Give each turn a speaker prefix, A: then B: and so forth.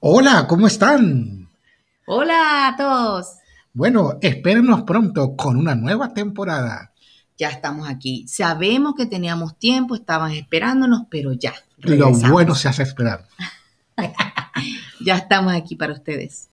A: Hola, ¿cómo están?
B: Hola a todos.
A: Bueno, espérenos pronto con una nueva temporada.
B: Ya estamos aquí. Sabemos que teníamos tiempo, estaban esperándonos, pero ya.
A: Lo
B: regresamos.
A: bueno se hace esperar.
B: Ya estamos aquí para ustedes.